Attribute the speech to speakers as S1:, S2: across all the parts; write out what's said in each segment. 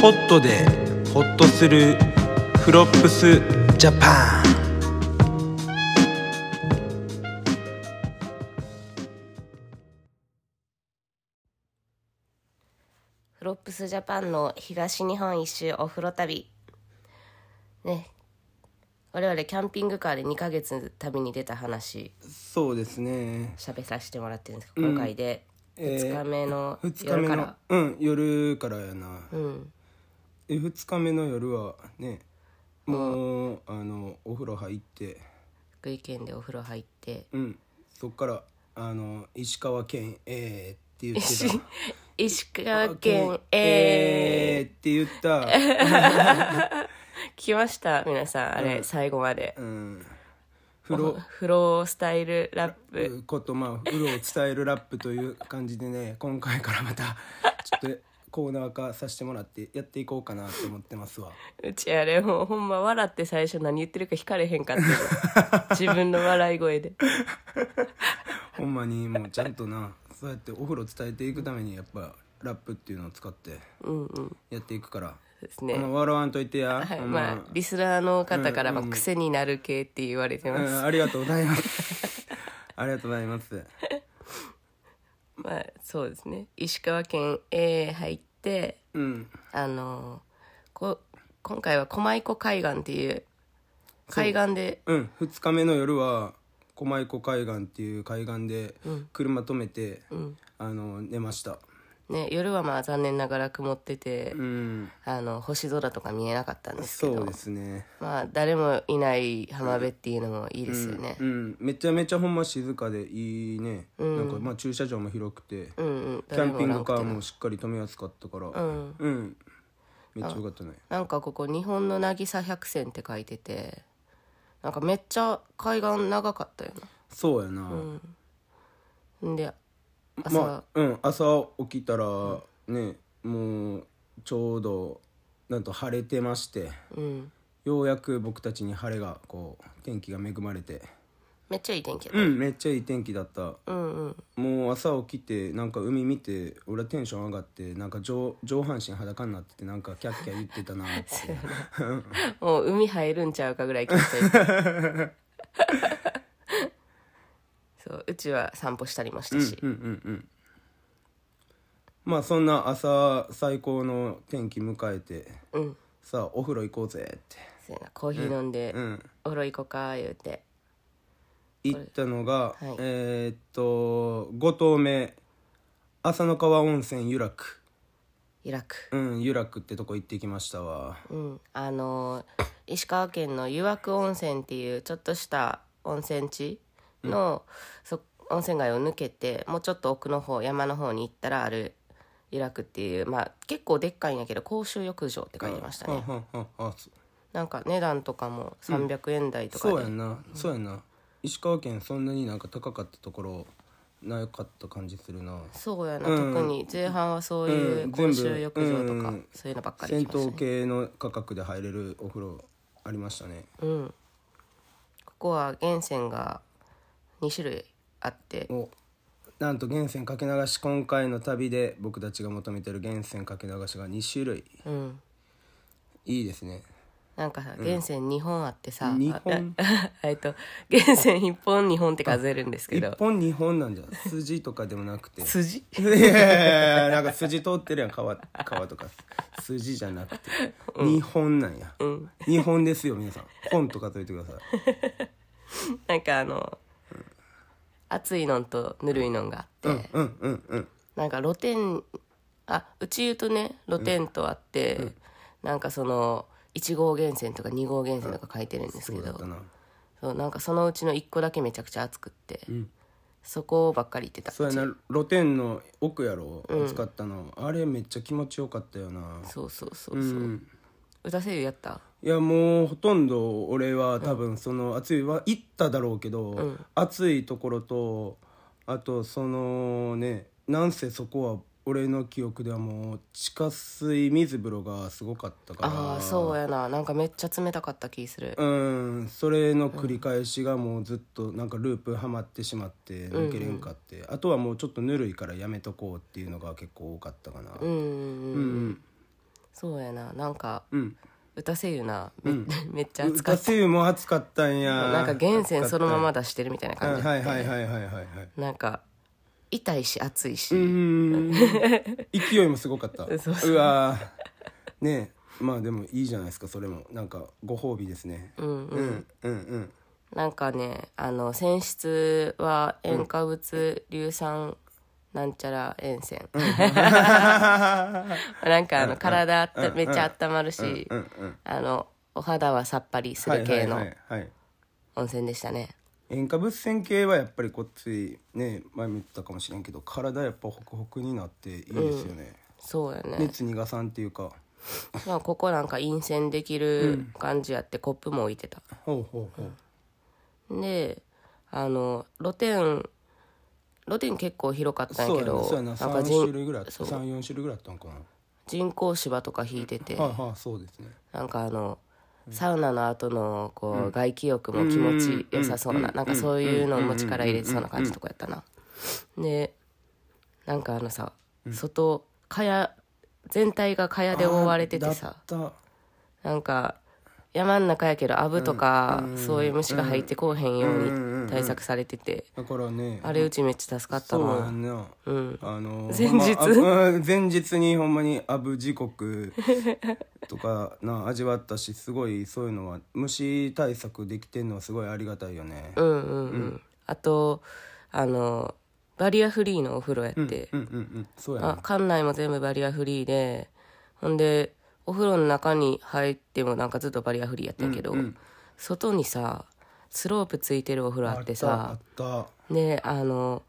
S1: ホットでホッとするフロップスジャパン
S2: フロップスジャパンの東日本一周お風呂旅ね我々キャンピングカーで2ヶ月旅に出た話
S1: そうですね
S2: 喋させてもらってるんですけ
S1: う
S2: ど
S1: ん
S2: 今回で
S1: えー
S2: 2日目の
S1: 2日
S2: 夜
S1: 目
S2: か
S1: の
S2: ら、
S1: うん夜からやな
S2: うん
S1: え2日目の夜はねもうあのお風呂入って
S2: 福井県でお風呂入って
S1: うんそっからあの石川県えー、って言って
S2: 石
S1: た
S2: 石川県え
S1: えー、って言った
S2: ー、来ました皆さんあれ、
S1: うん
S2: 最後まで
S1: うん風
S2: フロ
S1: 呂
S2: フロースタイルラップ
S1: ことまあ風呂を伝えるラップという感じでね 今回からまたちょっとコーナー化させてもらってやっていこうかなと思ってますわ
S2: うちあれもうほんま笑って最初何言ってるか聞かれへんかったよ 自分の笑い声で
S1: ほんまにもうちゃんとなそうやってお風呂伝えていくためにやっぱラップっていうのを使って
S2: うんうん
S1: やっていくから、
S2: そうです
S1: ほ
S2: ね
S1: んま笑わんといてや、
S2: はい、
S1: ほんま
S2: まあリスナーの方からは
S1: うんうん
S2: 癖になる系って言われて
S1: う
S2: ます、
S1: ん、ありがとうございます ありがとうございます
S2: まあそうですね石川県 A 入って
S1: うん
S2: あのこ今回は狛江湖海岸っていう海岸で
S1: うん2日目の夜は狛江湖海岸っていう海岸で車止めて、
S2: ん
S1: あの寝ました
S2: ね、夜はまあ残念ながら曇ってて、
S1: うん
S2: あの星空とか見えなかったんですけ
S1: そう
S2: ど
S1: ですね
S2: まあ誰もいない浜辺っていうのもいいですよね、
S1: うんめちゃめちゃほんま静かでいいね、なんかまあ駐車場も広くて、
S2: うんうん、
S1: キャンピングカー
S2: 誰もおらんくて、
S1: もしっかり止めやすかったからうんめっちゃよかったね
S2: なんかここ「日本の渚百選」って書いててなんかめっちゃ海岸長かったよ
S1: そうやな、
S2: な。んで朝、
S1: まあうん朝起きたらね、もうちょうどなんと晴れてまして
S2: うん、
S1: ようやく僕たちに晴れがこう天気が恵まれて
S2: めっちゃいい天気や
S1: うんめっちゃいい天気だった
S2: った、うん、うん
S1: もう朝起きてなんか海見て俺はテンション上がってなんか上上半身裸になっててなんかキャッキャ言ってたな って
S2: もう海入るんちゃうかぐらい気持ちいいそううちは散歩したりもしたし、
S1: うんうんうんまあそんな朝最高の天気迎えて
S2: うん
S1: さあお風呂行こうぜって
S2: そうやなコーヒー飲んで、
S1: うん
S2: お風呂行こうか言うて
S1: 行ったのが、
S2: はい
S1: えーっと5頭目浅野川温泉湯楽
S2: イラク、
S1: うん湯楽ってとこ行ってきましたわ
S2: うん、あのー石川県の湯涌温泉っていうちょっとした温泉地の、そ温泉街を抜けてもうちょっと奥の方山の方に行ったらある湯楽っていうまあ結構でっかいんやけど公衆浴場って書いてましたね、
S1: ははははそ
S2: なんか値段とかも300円台とかで、
S1: そうやんな、そうやんな石川県そんなになんか高かったところなかった感じするな
S2: そうやな、
S1: うん
S2: 特に前半はそういううん
S1: 全部
S2: 公衆浴場とか、
S1: うん
S2: そういうのばっかり
S1: 戦
S2: 行きました
S1: 闘
S2: ね
S1: 系の価格で入れるお風呂ありましたね
S2: うんここは源泉が2種類あって
S1: おなんと源泉かけ流し今回の旅で僕たちが求めてる源泉かけ流しが2種類
S2: うん
S1: いいですね
S2: なんかさ源泉2本あってさ、
S1: 二本
S2: あ えっと源泉1本2本って数えるんですけ
S1: 1
S2: ど
S1: 本2本なんじ ゃ筋とかでもなくて
S2: 筋
S1: いやいやいやなんか筋通ってるやん皮皮とか筋じゃなくて2本なんや、二2本ですよ皆さん本と数えてください
S2: なんかあの、熱いのんとぬるいのんがあって、
S1: うんうんうん
S2: なんか露天あうち言うとね露天とあって、なんかその1号源泉とか2号源泉とか書いてるんですけ
S1: そうだ
S2: ど、
S1: ったな
S2: そうなんかそのうちの1個だけめちゃくちゃ暑くって、そこばっかり行ってた
S1: そうやな露天の奥やろ使ったの、あれめっちゃ気持ちよかったよな
S2: そうそうそうそう、歌声優やった
S1: いやもうほとんど俺は多分その暑いは行っただろうけど、暑いところとあとそのねなんせそこは俺の記憶ではもう地下水水風呂がすごかったから
S2: ああそうやななんかめっちゃ冷たかった気する
S1: うんそれの繰り返しがもうずっとなんかループはまってしまって抜けれんかって、あとはもうちょっとぬるいからやめとこうっていうのが結構多かったかな
S2: うんうん
S1: う
S2: うん
S1: ん
S2: そうやななんか
S1: うん
S2: 歌せ湯なめ,、 めっちゃ
S1: うん
S2: 熱か
S1: 歌
S2: った
S1: せ湯も暑かったんや
S2: なんか源泉そのまま出してるみたいな
S1: うん
S2: 感じ、
S1: はいはいはいはいはい はい
S2: なんか痛いし熱いし、
S1: うーん勢いもすごかった
S2: そう
S1: うわーねえまあでもいいじゃないですかそれもなんかご褒美ですね
S2: うん
S1: うん うんうん
S2: なんかねあの泉質は塩化物硫酸なんちゃら塩泉、 なんかあの体あった、めっちゃ温まるし、
S1: うんうん
S2: あのお肌はさっぱりす
S1: はい
S2: る
S1: は
S2: 系
S1: いは
S2: の
S1: いはい
S2: 温泉でしたね、
S1: 塩化物線系はやっぱりこっちね前も言ったかもしれんけど体やっぱホクホクになっていいですよね、
S2: そうやね
S1: 熱逃がさんっていうか
S2: まあここなんか陰線できる感じやって、コップも置いてた
S1: ほうほうほう
S2: であの露天露天結構広かったんや
S1: そう
S2: け
S1: やな
S2: ど
S1: そうやな
S2: なん
S1: 3
S2: か
S1: 種
S2: 人
S1: 類ぐらいあった
S2: そう
S1: 34種類ぐらいあったんかな
S2: 人工芝とか引いてて、
S1: はいはいそうですね
S2: なんかあのサウナの後のこう、外気浴も気持ち良さそうな、なんかそういうのも力入れてそうな感じとかやったな、でなんかあのさ、外蚊帳全体が蚊帳で覆われててさ
S1: あーだっ
S2: なんか山ん中やけどアブとか、そういう虫が入ってこうへんように対策されてて、
S1: ただからね
S2: あれうちめっちゃ助かった
S1: そうや
S2: な、
S1: んな、あの
S2: 前日
S1: ほんまあうん前日にほんまにアブ時 刻とかな味わったしすごいそういうのは虫対策できてんのはすごいありがたいよね、
S2: うん、うんうんあとあのバリアフリーのお風呂やって、
S1: うん、うんうんそうやな
S2: あ館内も全部バリアフリーでほんでお風呂の中に入ってもなんかずっとバリアフリーやったけど、外にさスロープついてるお風呂あって
S1: あっ
S2: さ
S1: たあっ
S2: であの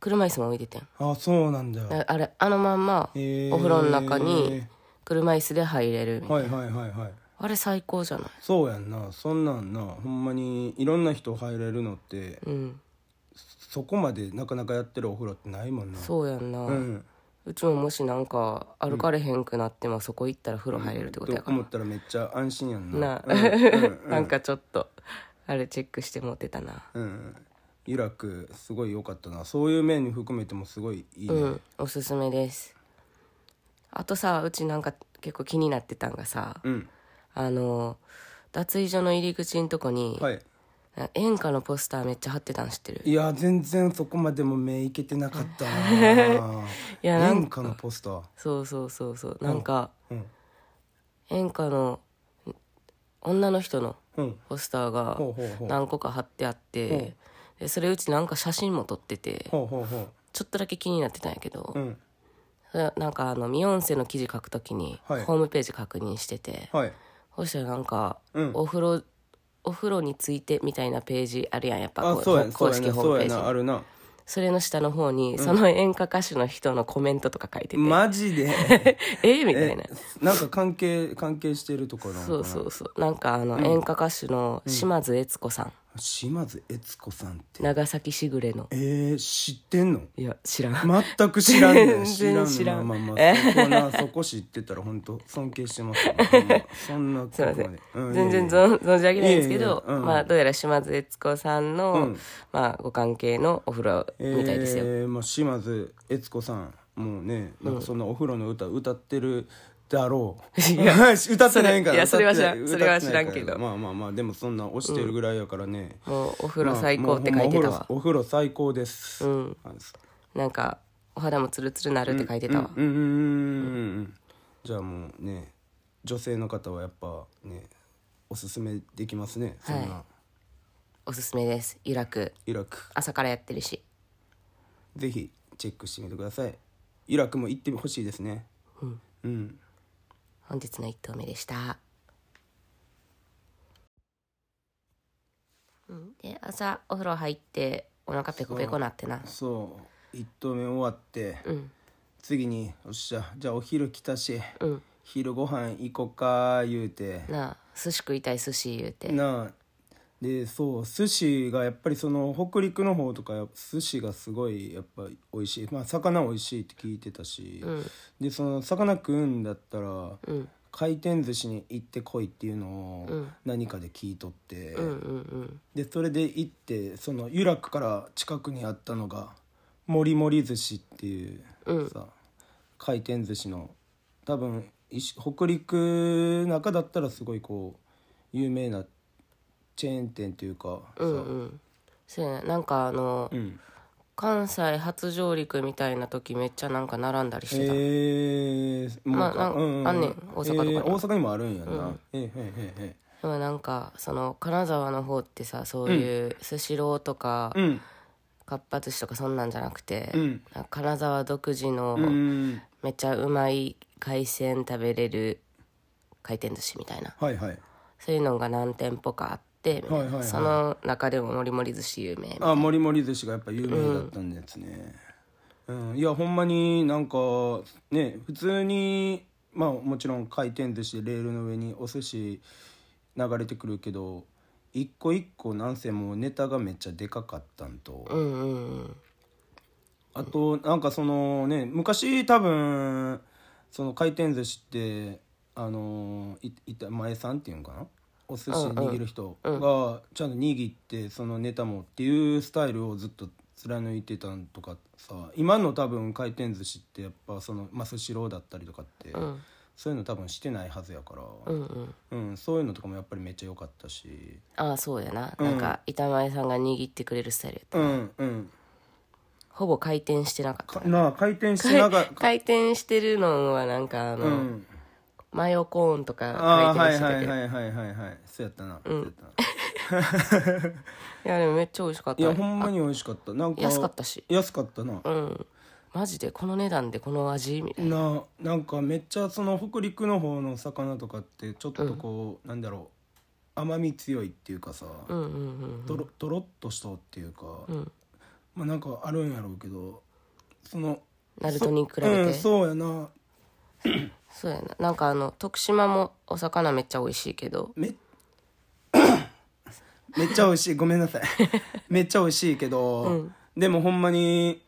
S2: 車椅子も置いててん
S1: たあそうなんだよ
S2: ああれあのまんま
S1: へー
S2: お風呂の中に車椅子で入れるみたいな
S1: はいはいはいはい
S2: あれ最高じゃない
S1: そうやんなそんなんなほんまにいろんな人入れるのって
S2: うん
S1: そこまでなかなかやってるお風呂ってないもんな
S2: そうやんな、う
S1: うん
S2: ちももしなんか歩かれへんくなってもそこ行ったら風呂入れるってことや
S1: と
S2: から、
S1: 思ったらめっちゃ安心やんな
S2: なあ、 なんかちょっとあれチェックして持ってたな
S1: うんイラクすごい良かったなそういう面に含めてもすごいいいね、
S2: うんおすすめですあとさうちなんか結構気になってたんがさ、
S1: うん
S2: あの脱衣所の入り口のとこに、
S1: はい
S2: 演歌のポスターめっちゃ貼ってたん知ってる
S1: いや全然そこまでも目いけてなかったな
S2: いやなん
S1: 演歌のポスター
S2: そうそうそうそうなんか、
S1: うん
S2: 演歌の女の人の
S1: うん
S2: ポスターが
S1: ほうほうほう
S2: 何個か貼ってあって、でそれうちなんか写真も撮ってて
S1: ほうほうほ
S2: ちょっとだけ気になってたんやけど、
S1: ううん
S2: それなんかあのミヨンセの記事書くときにホ
S1: はい
S2: ームページ確認してて、
S1: はい
S2: そしたらなんか、
S1: うん
S2: お風呂お風呂についてみたいなページあるやんやっぱ
S1: あ
S2: こう
S1: そうやなそ
S2: 公
S1: うや
S2: 式
S1: な
S2: ホー
S1: そ
S2: ム
S1: う
S2: ペ
S1: やなあ
S2: ージ
S1: るな
S2: それの下の方に、その演歌歌手の人のコメントとか書いてて、
S1: マジで
S2: えみたい
S1: え
S2: な
S1: なんか関係関係してるところなのか
S2: そ
S1: な
S2: うそうそうなんかあの演歌歌手の島津悦子さん、
S1: 島津悦子さんって
S2: 長崎しぐれの
S1: えー、知ってんの
S2: いや知らん
S1: 全く知らんねん
S2: 全然知らん
S1: まあまあまあそこなそこ知ってたら本当尊敬してますよ、ほんまそんな
S2: すいません、
S1: うん
S2: 全然
S1: いやいや
S2: 存存じ上げないんですけ
S1: いえい
S2: ど、
S1: えうん
S2: まあどうやら島津悦子さんの、
S1: うん
S2: まあご関係のお風呂
S1: え
S2: みたいですよ、
S1: ーまあ、島津悦子さんもうねなんかそんなお風呂の歌歌ってるだろう、
S2: い
S1: 歌ってないんか
S2: それい
S1: ら
S2: やそれは知らん
S1: 歌ってない
S2: それは知らんけど
S1: 歌ってないからまあまあまあでもそんな押してるぐらいやからね、
S2: もうお風呂最高って書いてたわ
S1: まあ、もうほんまお風呂お風呂最高です、うん、
S2: なんかお肌もツルツルなるって書いてたわ、
S1: うんうんうんうんうんじゃあもうね女性の方はやっぱねおすすめできますねそんな、
S2: はおすすめですイラク
S1: イラク
S2: 朝からやってるし
S1: ぜひチェックしてみてくださいイラクも行ってほしいですねうん、
S2: 本日の一投目でした、で朝お風呂入ってお腹ペコペコなってな
S1: そう1投目終わって、
S2: うん
S1: 次によっしゃじゃあお昼来たし、
S2: うん
S1: 昼ご飯行こか言うて
S2: なあ寿司食いたい寿司言うて
S1: なあでそう寿司がやっぱりその北陸の方とか寿司がすごいやっぱ美味しい、まあ、魚美味しいって聞いてたし、
S2: うん
S1: でその魚食うんだったら
S2: うん
S1: 回転寿司に行ってこいっていうの
S2: う
S1: を
S2: ん
S1: 何かで聞いとって、
S2: うんうん
S1: でそれで行ってその由楽から近くにあったのがもりもり寿司っていうさ、
S2: うん
S1: 回転寿司の多分石北陸中だったらすごいこう有名なチェーン店というかさ、
S2: うんうんうんそうやななんかあの、
S1: うん
S2: 関西初上陸みたいな時めっちゃなんか並んだりしてた、
S1: えー、もうか
S2: まあなんあんねん大阪とかに
S1: えー大阪にもあるんやな、
S2: うん
S1: えー、へーへーへ
S2: でもなんかその金沢の方ってさそういうスシローとか、
S1: ーうん
S2: かっぱ寿司とかそんなんじゃなくて、
S1: うん
S2: なんか金沢独自の
S1: うん
S2: めっちゃうまい海鮮食べれる回転寿司みたいな
S1: はいはい
S2: そういうのが何店舗かあって、
S1: はいはいはい
S2: その中でももりもり寿司有名
S1: あもりもり寿司がやっぱ有名だったんですね、うんいやほんまになんかね普通にまあもちろん回転寿司でレールの上にお寿司流れてくるけど一個一個なんせもうネタがめっちゃでかかったんと、
S2: うんうんうん
S1: あとなんかそのね昔多分その回転寿司ってあのいいた前さんっていうんかなお寿司握る人がちゃんと握ってそのネタもっていうスタイルをずっと貫いてたんとかさ今の多分回転寿司ってやっぱそのまあスシローだったりとかって、
S2: ん
S1: そういうの多分してないはずやから、
S2: うんうん
S1: うん、そういうのとかもやっぱりめっちゃ良かったし。
S2: ああそうやな、
S1: うん
S2: なんか板前さんが握ってくれるスタイルやった
S1: うんうん、
S2: ほぼ回転してなかった
S1: か
S2: な、
S1: なあ回転しながら
S2: 回転してるのはなんかあの、
S1: うん、
S2: マヨコーンとか
S1: ああーは
S2: 回
S1: い
S2: 転して
S1: は
S2: て、
S1: い
S2: い
S1: はいはいはいはいそうやったな、そうやったな
S2: やでもめっちゃ美味しかった
S1: いやほんまに美味しかったなんか
S2: 安かったし
S1: 安かったな、
S2: うんマジでこの値段でこの味みたいな
S1: ななんかめっちゃその北陸の方の魚とかってちょっとこう、なんだろう甘み強いっていうかさ、
S2: うんうんうん
S1: とろとろっとしたっていうか、
S2: うん
S1: まあなんかあるんやろうけどその
S2: ナルトに比べて、
S1: うんそ
S2: そう
S1: うやな
S2: やななんかあの徳島もお魚めっちゃ美味しいけど
S1: め めっちゃ美味しいごめんな さいめっちゃ美味しいけど、
S2: うん
S1: でもほんまに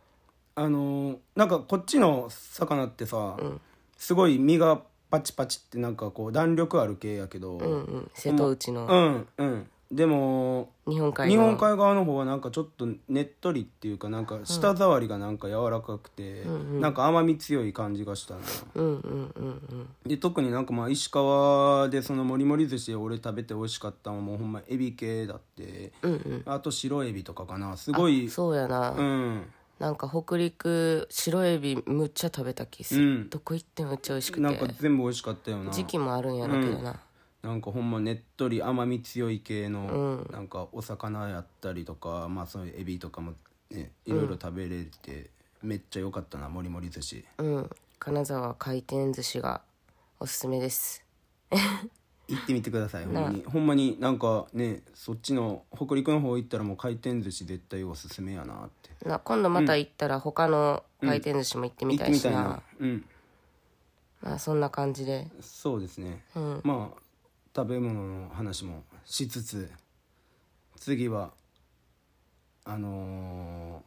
S1: あのーなんかこっちの魚ってさ、
S2: ん
S1: すごい身がパチパチってなんかこう弾力ある系やけど、
S2: うんうん瀬戸内
S1: う
S2: の
S1: んうんでも
S2: 日本海
S1: 日
S2: の
S1: 本海側の方はなんかちょっとねっとりっていうかなんか舌触りがなんか柔らかくて、なんか甘み強い感じがしたんだよ
S2: うんうんうん
S1: で特になんかまあ石川でそのもりもり寿司で俺食べて美味しかったのはもうほんまエビ系だって、
S2: うんうんうん
S1: あと白エビとかかなすごい
S2: そうやな、
S1: うん
S2: なんか北陸白エビむっちゃ食べた気す
S1: う
S2: る、
S1: ん
S2: どこ行ってもめっちゃ美味しく
S1: なんか
S2: て
S1: 全部美味しかったよな
S2: 時期もあるんやろうけどな、
S1: なんかほんまねっとり甘み強い系の
S2: う
S1: なんかお魚やったりとか、まあそういうエビとかも、ね、いろいろ食べれて、めっちゃ良かったなもりもり寿司
S2: うん、金沢回転寿司がおすすめです
S1: 行ってみてくださいほんまにほんまになんかねそっちの北陸の方行ったらもう回転寿司絶対おすすめやなって
S2: な今度また行ったら他の回転寿司も行ってみ
S1: 行ったて
S2: い
S1: み
S2: した
S1: い
S2: な,、
S1: なうん
S2: まあそんな感じで
S1: そうですね、
S2: うん
S1: まあ食べ物の話もしつつ次はあのー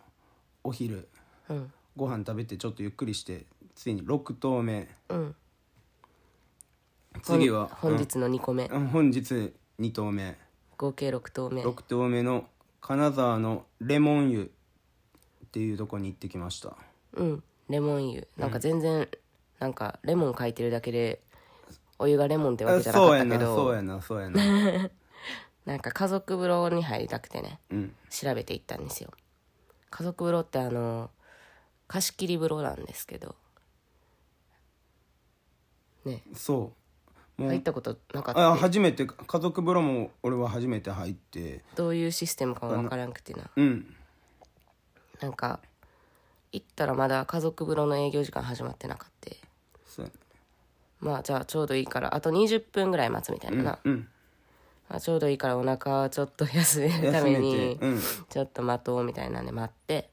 S1: お昼
S2: うん
S1: ご飯食べてちょっとゆっくりしてついに6投目
S2: うん
S1: 次は
S2: 本日の2個目、
S1: うん本日2投目
S2: 合計6投目
S1: 6投目の金沢のレモン湯っていうとこに行ってきました
S2: うんレモン湯なんか全然、なんかレモン書いてるだけでお湯がレモンってわけじゃな
S1: そう
S2: かっ
S1: や
S2: たけ
S1: なそう
S2: ど
S1: やなそうやな
S2: なんか家族風呂に入りたくてね
S1: うん
S2: 調べていったんですよ家族風呂ってあの貸し切り風呂なんですけどね
S1: そうも
S2: 入っ
S1: う
S2: たことなかった
S1: あ初めて家族風呂も俺は初めて入って
S2: どういうシステムかも分からんくてな
S1: うん
S2: なんか行ったらまだ家族風呂の営業時間始まってなかった
S1: そうや
S2: まあじゃあちょうどいいからあと20分ぐらい待つみたいなな、
S1: うん
S2: まあ、ちょうどいいからお腹ちょっと休めるために
S1: 休めてうん
S2: ちょっと待とうみたいなんで待って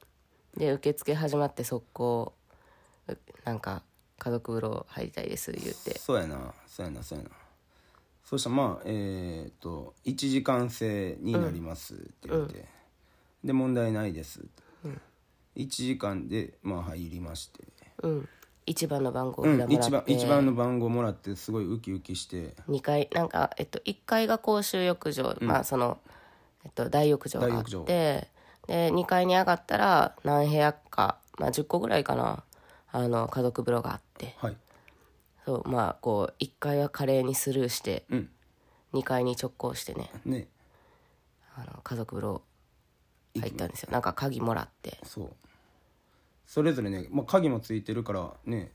S2: で受付始まって速攻うなんか家族風呂入りたいです言うて
S1: そうやなそうやなそうやなそしたらまあえっと1時間制になりますって言って、で問題ないです、1時間でまあ入りまして、
S2: うん一番の番号を
S1: うん、
S2: 裏もら
S1: 一番
S2: って、
S1: 一番の番号もらってすごいウキウキして
S2: 2階なんか、えっと、1階が公衆浴場、まあその、えっと、大浴場があっ
S1: 大浴場
S2: てで2階に上がったら何部屋か、まあ、10個ぐらいかなあの家族風呂があって
S1: はい
S2: そうまあこう1階は華麗にスルーして
S1: うん
S2: 2階に直行してね
S1: ね
S2: あの家族風呂入ったんですよなんか鍵もらって
S1: そうそれぞれね、まあ、鍵もついてるからね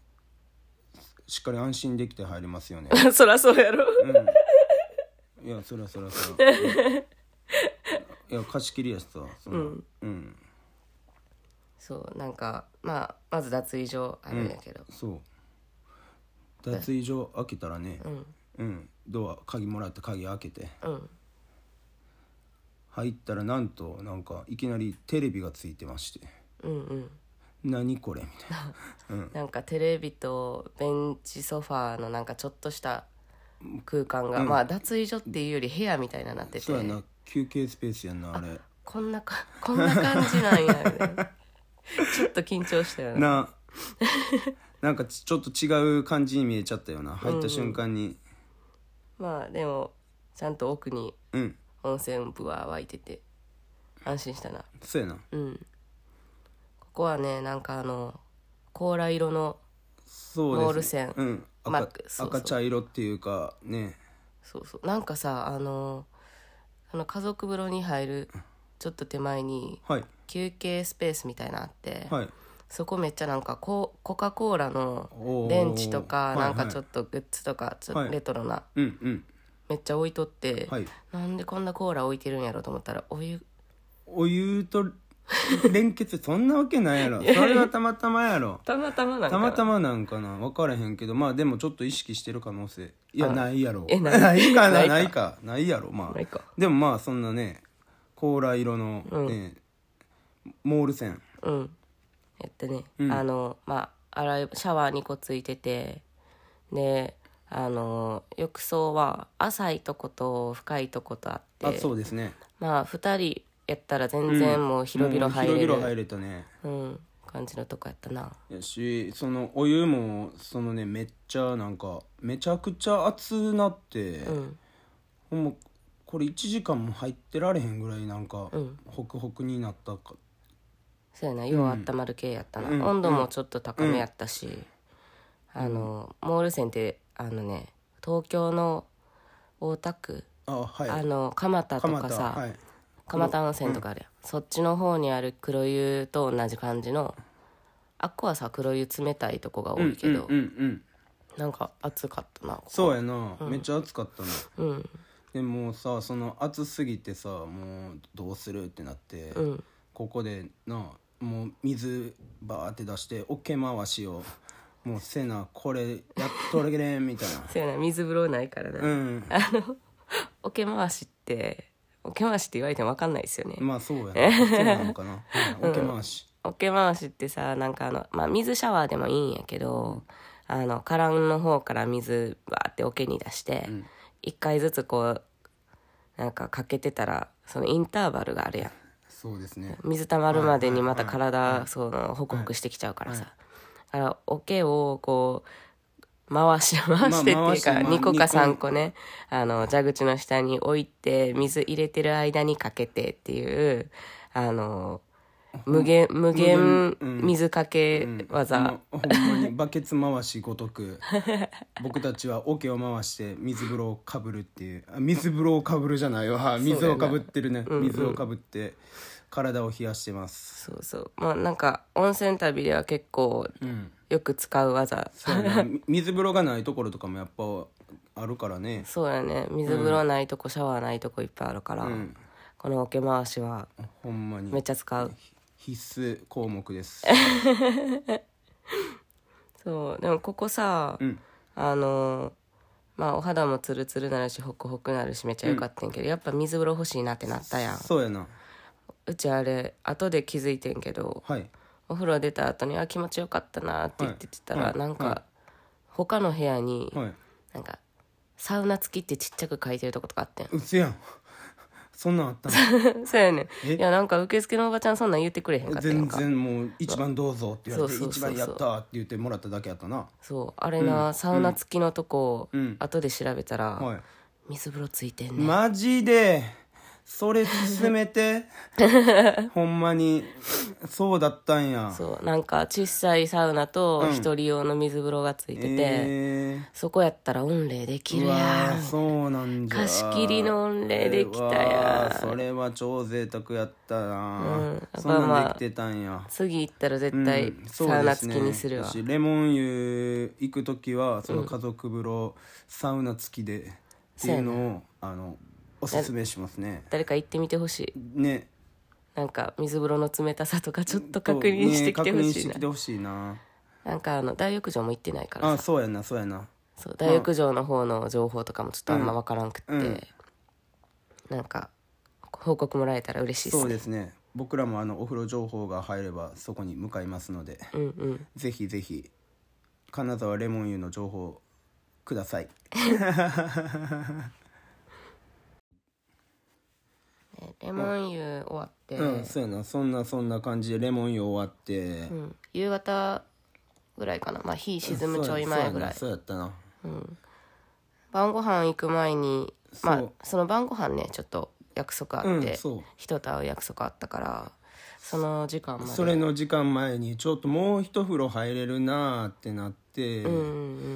S1: しっかり安心できて入れますよね
S2: そらそうやろ
S1: いやそらそらそ ら、うんいや貸し切りやしさそんなうん、
S2: そうなんかまあまず脱衣所あるんやけど、
S1: そう脱衣所開けたらねうん、ドア鍵もらって鍵開けて
S2: うん
S1: 入ったらなんとなんかいきなりテレビがついてまして
S2: うんうん
S1: 何これみたいな
S2: なんかテレビとベンチソファーのなんかちょっとした空間が、まあ脱衣所っていうより部屋みたいななってて
S1: そうやな休憩スペースやんなあれ
S2: こんなか こんな感じなんやみ たいなちょっと緊張したよね
S1: な なんかちちょっと違う感じに見えちゃったよな入った瞬間に
S2: まあでもちゃんと奥に
S1: うん、
S2: 温泉部は湧いてて安心したな
S1: そうやな
S2: うんここはねなんかあの甲羅色の
S1: そうです
S2: モール線
S1: うん赤,、
S2: マックそうそう
S1: 赤茶色っていうかね
S2: そうそうなんかさあのあの家族風呂に入るちょっと手前に
S1: はい
S2: 休憩スペースみたいなのあって、
S1: はい
S2: そこめっちゃなんかココカ・コーラ
S1: お
S2: の
S1: ー
S2: 電池と
S1: は
S2: か
S1: い
S2: なんかちょっとグッズとかちょっ
S1: は
S2: と
S1: い
S2: レトロな
S1: うんうん
S2: めっちゃ置いとって、
S1: はい
S2: なんでこんなコーラ置いてるんやろと思ったらお湯
S1: お湯と連結そんなわけないやろそれはたまたまやろ
S2: たまたまなんか
S1: たまた
S2: ま
S1: まなんかな分からへんけどまあでもちょっと意識してる可能性いやないやろ
S2: えな
S1: ないいか
S2: ない
S1: なな
S2: か
S1: いかないやろま
S2: な
S1: あ
S2: いか
S1: でもまあそんなねコーラ色の、ねモール線
S2: うんやってね、あのまあ洗いシャワー2個ついててであの浴槽は浅いとこと深いとことあって
S1: あそうですね
S2: まあ2人やったら全然もう広々入れ
S1: もう
S2: る、
S1: 広々入れたね
S2: うん、感じのとこやったな
S1: やしそのお湯もそのねめっちゃなんかめちゃくちゃ熱なって、
S2: うん
S1: ほんまこれ1時間も入ってられへんぐらいなんか、ホクホクになったか
S2: そうやなよう温まる系やったな、温度もちょっと高めやったし、あのモール線ってあのね東京の大田区、
S1: あはい
S2: あの蒲田と
S1: 蒲田
S2: かさ、
S1: はい
S2: 蒲田温泉とかあるやん、そっちの方にある黒湯と同じ感じのあっこはさ黒湯冷たいとこが多いけど、
S1: うんうん
S2: なんか暑かったな
S1: そうやな、めっちゃ暑かったの
S2: うん
S1: でもうさその暑すぎてさもうどうするってなって、
S2: うん
S1: ここでなもう水バーって出しておけ回しをもうせなこれやっとるけれんみたいな
S2: そうやな水風呂ないからな、
S1: うん
S2: 桶回しって桶回しって言われても分かんないですよね、
S1: まあそうや なそうなのかなうんおけ回し、
S2: 桶回しってさなんかあの、まあ、水シャワーでもいいんやけどあのカランの方から水バーって桶に出して、一回ずつこうなんかかけてたらそのインターバルがあるやん
S1: そうですね
S2: 水溜まるまでにまた体そのホクホクしてきちゃうからさだから桶をこう回し回してって
S1: まあ回
S2: いう
S1: して
S2: か
S1: まあ
S2: 2個か
S1: 二個
S2: 3個ねあの蛇口の下に置いて水入れてる間にかけてっていうあの無限無限水かけ技
S1: ほんまほんまにバケツ回しごとく 僕たちは桶を回して水風呂をかぶるっていうあ水風呂をかぶるじゃないわ水をかぶってるね、水をかぶって体を冷やしてます
S2: そうそうまあなんか温泉旅では結構よく使う技
S1: そうやなみ水風呂がないところとかもやっぱあるからね
S2: そうやね水風呂ないとこシャワーないとこいっぱいあるからこの桶回しは
S1: ほんま
S2: めっ
S1: に
S2: ちゃ使う
S1: 必須項目です
S2: そうでもここさ、
S1: ん
S2: あのまあお肌もツルツルなるしホクホクなるしめっちゃよかったんやけど、やっぱ水風呂欲しいなってなったやん
S1: そうやな
S2: うちあれ後で気づいてんけど
S1: はい
S2: お風呂出た後にあ気持ちよかったなって言ってたら、
S1: はい
S2: なんか、
S1: は
S2: 他の部屋に、
S1: はい
S2: なんかサウナ付きってちっちゃく書いてるとことかあってん
S1: うつやん そんなんあ った
S2: そうやねん
S1: え
S2: いやなんか受付のおばちゃんそんなん言ってくれへん
S1: の
S2: かったやん
S1: 全
S2: か
S1: 然もう「一番どうぞ」って言われて「
S2: そうそう
S1: 一
S2: そうそ
S1: 番や
S2: う
S1: った」って言ってもらっただけやったな
S2: そうあれな、サウナ付きのとこ、
S1: うん
S2: 後で調べたら、
S1: はい
S2: 水風呂ついてんねん
S1: マジでそれ進め てほんまにそうだったんや
S2: そうなんか小さいサウナと一人用の水風呂がついてて、
S1: えー
S2: そこやったら御礼できる
S1: うわ
S2: や
S1: ー
S2: ん
S1: そうなんじゃ
S2: 貸し切りの御礼できたやん
S1: うわーそれは超贅沢やったな、
S2: うん
S1: そん
S2: まあ
S1: な
S2: ま
S1: ん
S2: あ
S1: できてたんや
S2: 次行ったら
S1: う
S2: 絶
S1: ん
S2: 対
S1: そう
S2: サウナ
S1: です
S2: 付
S1: ね
S2: きにするわ、
S1: 私レモン湯行く時はその家族風呂、サウナ付きでっていうのをあのおすすめしますね
S2: 誰か行ってみてほしい
S1: ね
S2: なんか水風呂の冷たさとかちょっと確認してきてほ
S1: ね確認し
S2: しい
S1: て
S2: な、
S1: きてほしいな
S2: なんかあの大浴場も行ってないから
S1: あ
S2: さ
S1: そうやんなそうやんな
S2: そう大浴場の方の情報とかもちょっとあんま分からんくって、
S1: うん
S2: なんか報告もらえたら嬉しいっ
S1: そ
S2: す
S1: う
S2: ね
S1: ですね僕らもあのお風呂情報が入ればそこに向かいますので
S2: うんうん
S1: ぜひぜひ金沢レモン湯の情報ください
S2: ねレモン湯終わって、
S1: うんそうやなそんなそんな感じでレモン湯終わって
S2: うん夕方ぐらいかなまあ日沈むちょい前ぐらい
S1: そうやなそうやったな
S2: 晩ご飯行く前にま
S1: そ
S2: あ
S1: う
S2: その晩ご飯ねちょっと約束あって、
S1: うんそう
S2: 人と会う約束あったからその時間まで
S1: それの時間前にちょっともう一風呂入れるなーってなって、
S2: うんう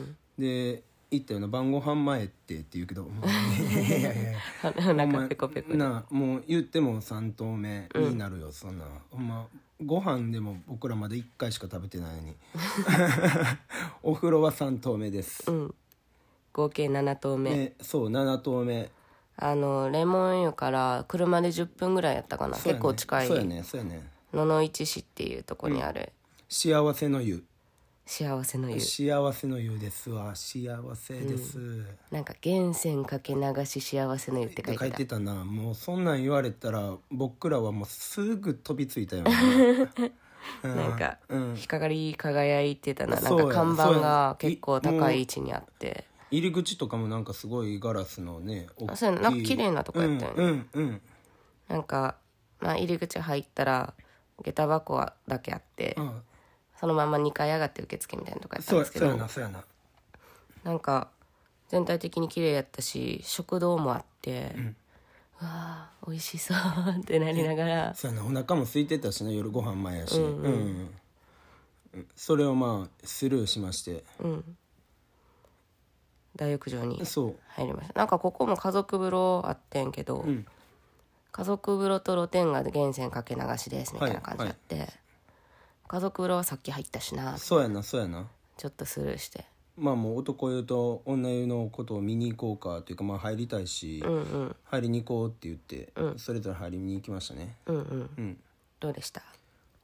S2: ん
S1: で行ったような晩ご飯前ってって言うけどもういやいやいや
S2: うんな
S1: ほん
S2: んか
S1: ま
S2: ペコペコ
S1: なあもう言っても3投目になるよ、そんなほんまご飯でも僕らまだ1回しか食べてないの にお風呂は3投目です、
S2: うん合計7投目、
S1: ねそう7投目
S2: あのレモン湯から車で10分ぐらいやったかな、
S1: そうや
S2: 結
S1: ね
S2: 構近い
S1: そうやねそうやね
S2: 野々市市っていうとこにある
S1: 幸せの湯
S2: 幸せの湯、
S1: 幸せの湯ですわ幸せです、
S2: なんか「源泉かけ流し幸せの湯」って書い
S1: 書
S2: て
S1: い
S2: た
S1: てたなもうそんなん言われたら僕らはもうすぐ飛びついたよ ね
S2: なんか、
S1: うん
S2: 光り輝いてたなな
S1: そ
S2: ん
S1: うや
S2: か看板
S1: そう
S2: が
S1: や
S2: 結構高い位置にあって
S1: 入り口とかもなんかすごいガラスのね大
S2: あそうやななんか綺麗なとこやったよね
S1: うんうんうん
S2: なんか、まあ、入り口入ったら下駄箱だけあって
S1: あ
S2: そのまま2階上がって受付みたいなとこやったん
S1: そう
S2: で
S1: や
S2: すけ
S1: そうや
S2: ど
S1: なそうやな
S2: なんか全体的に綺麗やったし食堂もあって、うわあ美味しそうってなりながら
S1: そうやなお腹も空いてたしな夜ご飯前やしうん、うんそれをまあスルーしまして
S2: 大浴場に
S1: そう
S2: 入りましたなんかここも家族風呂あってんけど、家族風呂と露天が源泉かけ流しですみたいな感じあって、家族風呂はさっき入ったしな
S1: そうやなそうやな
S2: ちょっとスルーして
S1: まあもう男湯と女湯のことを見に行こうかというかまあ入りたいし、入りに行こうって言って、それぞれ入りに行きましたね、
S2: うんうん、どうでした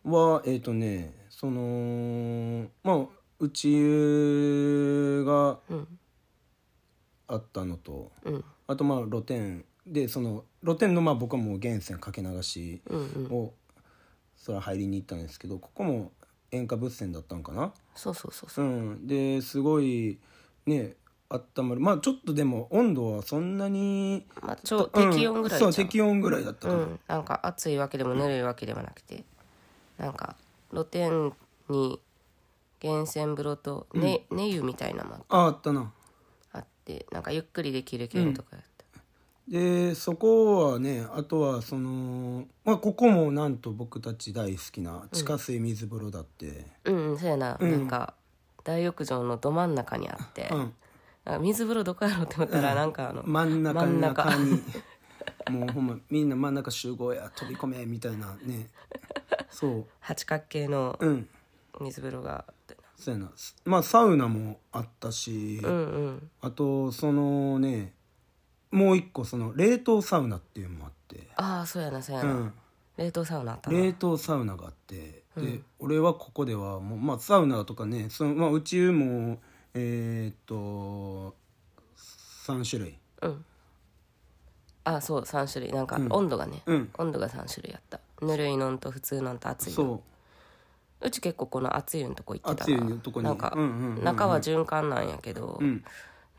S1: はえっ、とねそのまあうち湯があったのと、あとまあ露天でその露天のまあ僕はもう源泉かけ流しをそれは入りに行ったんですけどここも塩化物泉だったんかな
S2: そうそうそうそう
S1: うん、ですごいねあったまるまあちょっとでも温度はそんなに
S2: まあちょ適温ぐらいじゃ
S1: うん
S2: ん
S1: そう適温ぐらいだった
S2: う
S1: かな、
S2: ん、なんか暑いわけでもぬるいわけでもなくてなんか露天に源泉風呂とね寝湯、みたいなのも
S1: ああったな
S2: あってなんかゆっくりできる系のとかやった、
S1: でそこはねあとはそのまあここもなんと僕たち大好きな地下水水風呂だって、
S2: うんうんそうやな、なんか大浴場のど真ん中にあって、
S1: うん
S2: なんか水風呂どこやろうって思ったらなんかあの、
S1: 真ん中
S2: 真ん
S1: の
S2: 中
S1: 中にもうほんまみんな真ん中集合や飛び込めみたいなねそ
S2: 八角形の
S1: ううん
S2: 水風呂があって
S1: そうやなまあサウナもあったし、
S2: うんうん
S1: あとそのねもう一個その冷凍サウナっていうのもあって、
S2: ああそうやなそうや
S1: う
S2: な、
S1: ん、
S2: 冷凍サウナあったな
S1: 冷凍サウナがあって、で俺はここではもう、まあ、サウナとかねその、まあ、うちもえーっと3種類
S2: うんあそう3種類なんか温度がね、
S1: うん
S2: 温度が3種類あったぬるいのんと普通のんと熱いの
S1: そう
S2: うち結構この熱いのとこ行ってた
S1: 熱いのとこに
S2: なんか、
S1: うんうんうんうん
S2: 中は循環なんやけど、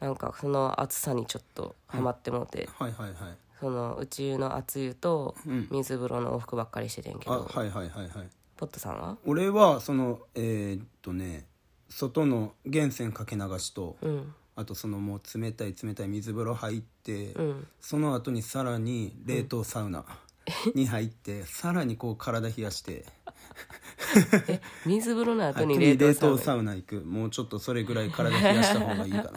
S2: なんかその暑さにちょっとハマってもうて、
S1: はいはいはい
S2: その宇宙の熱湯と
S1: うん
S2: 水風呂の往復ばっかりしててんけ
S1: あ
S2: ど、
S1: はいはいはいはい
S2: ポットさんは
S1: 俺はそのえーっとね外の源泉かけ流しと、
S2: うん
S1: あとそのもう冷たい冷たい水風呂入って、
S2: うん
S1: その後にさらに冷凍サウナに入って、さらにこう体冷やして
S2: 水風呂の後に
S1: 後
S2: 冷
S1: に
S2: 凍
S1: 冷
S2: サウ
S1: 凍
S2: ナ
S1: サウナ行くもうちょっとそれぐらい体冷やした方がいい かな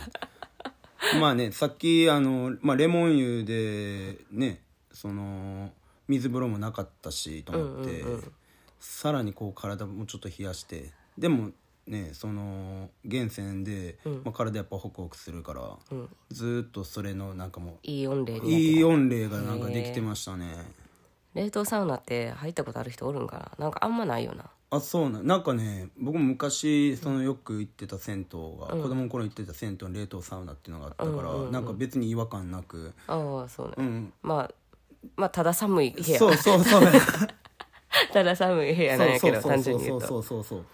S1: まあねさっきあの、まあ、レモン湯でねその水風呂もなかったしと思って、さらにこう体もちょっと冷やしてでもねその源泉で、まあ、体やっぱホクホクするから、ずーっとそれのなんかも
S2: いい温冷
S1: う
S2: に
S1: いい音霊がなんかできてましたね。
S2: 冷凍サウナって入ったことある人おるんかななんかあんまないよな
S1: あそうななんかね僕も昔そのよく行ってた銭湯が、子供の頃行ってた銭湯に冷凍サウナっていうのがあったから、なんか別に違和感なく、
S2: ああそうね、
S1: うん、
S2: まあまあただ寒い部屋
S1: そうそうそうそう
S2: ただ寒い部屋なんやけど
S1: そう
S2: 単
S1: そ
S2: 純
S1: う
S2: に
S1: そ
S2: 言
S1: う
S2: うと
S1: そうそうそう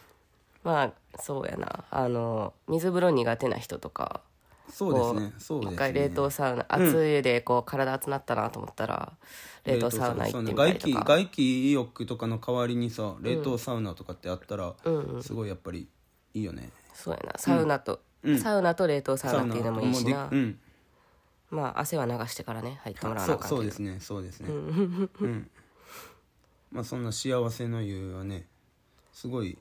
S2: まあそうやなあの水風呂苦手な人とか
S1: そうですねそうです
S2: 一
S1: ね
S2: 回冷凍サウナ熱湯でこう体熱なったなと思ったら冷凍サウナ行ってみたりと
S1: 冷凍サウナ
S2: か
S1: 外気外気浴とかの代わりにさ冷凍サウナとかってあったら、すごいやっぱりいいよね
S2: そうやなサウナと、サウナと冷凍サウナっていうのもいいしな
S1: う、ん
S2: まあ汗は流してからね入ってもらわ
S1: そ
S2: なあ
S1: う
S2: かんけ
S1: そ
S2: ど
S1: うですねそう ですねうんまあそんな幸せの湯はねすごい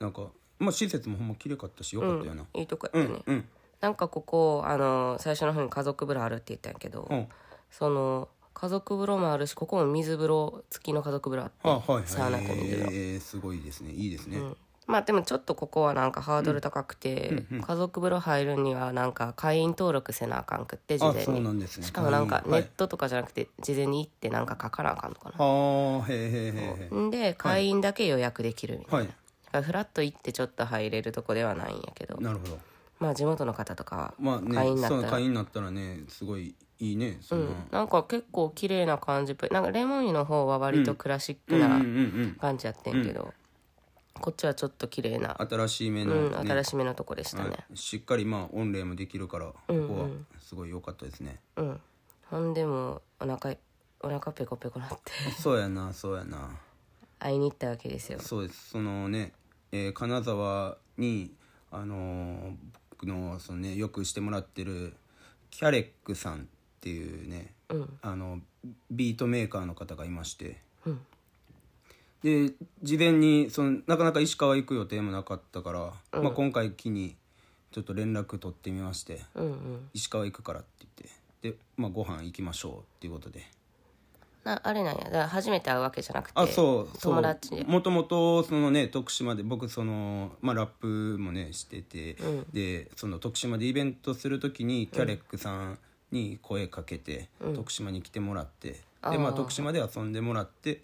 S1: なんかまあ施設もほんま綺麗かったしよかったよな、
S2: いいとこやったね、
S1: うん
S2: なんかここあの最初の方に家族風呂あるって言ったんやけど、
S1: うん、は
S2: その家族風呂もあるしここも水風呂付きの家族風呂あって、
S1: あはいはい
S2: サウナ込みでよ
S1: えー、すごいですねいいですね、
S2: まあでもちょっとここはなんかハードル高くて、家族風呂入るにはなんか会員登録せなあかんくって事
S1: あ
S2: 前
S1: そう
S2: に、
S1: なんですね
S2: しかもなんか
S1: はい
S2: ネットとかじゃなくて事前に行ってなんか書かなあかんのかな、
S1: はあへえへえへえ
S2: んで会員だけ予約できるみたいな、
S1: はい
S2: だからフラッと行ってちょっと入れるとこではないんやけど
S1: なるほど
S2: まあ地元の方とか
S1: ま
S2: は
S1: あね
S2: 会員になった
S1: そ
S2: ら、
S1: の会員になったらねすごいいいねその、
S2: うんなんか結構綺麗な感じなんかレモン湯の方は割とクラシック
S1: うん、うん
S2: な
S1: うん
S2: 感じやってんけど、こっちはちょっと綺麗な、
S1: うん新しい目
S2: う
S1: の、
S2: ん
S1: ね、
S2: 新しめのとこでしたね、
S1: はいしっかりまあ御礼もできるからここはすごい良かったですね、
S2: うんほんでもうお腹いお腹ペコペコなって
S1: そうやなそうやな
S2: 会いに行ったわけですよ
S1: そうですそのね、えー金沢にあのー僕のそのねよくしてもらってるキャレックさんっていうね、あのビートメーカーの方がいまして、で事前にそのなかなか石川行く予定もなかったから、まあ、今回機にちょっと連絡取ってみまして、
S2: うんうん
S1: 石川行くからって言ってで、まあ、ご飯行きましょうっていうことで
S2: なあれなんやだから初めて会うわけじゃなくて
S1: あそうそう
S2: 友達で
S1: もともとそのね徳島で僕その、まあ、ラップもねしてて、でその徳島でイベントする時にキャレックさんに声かけて、徳島に来てもらって、でまあ徳島で遊んでもらって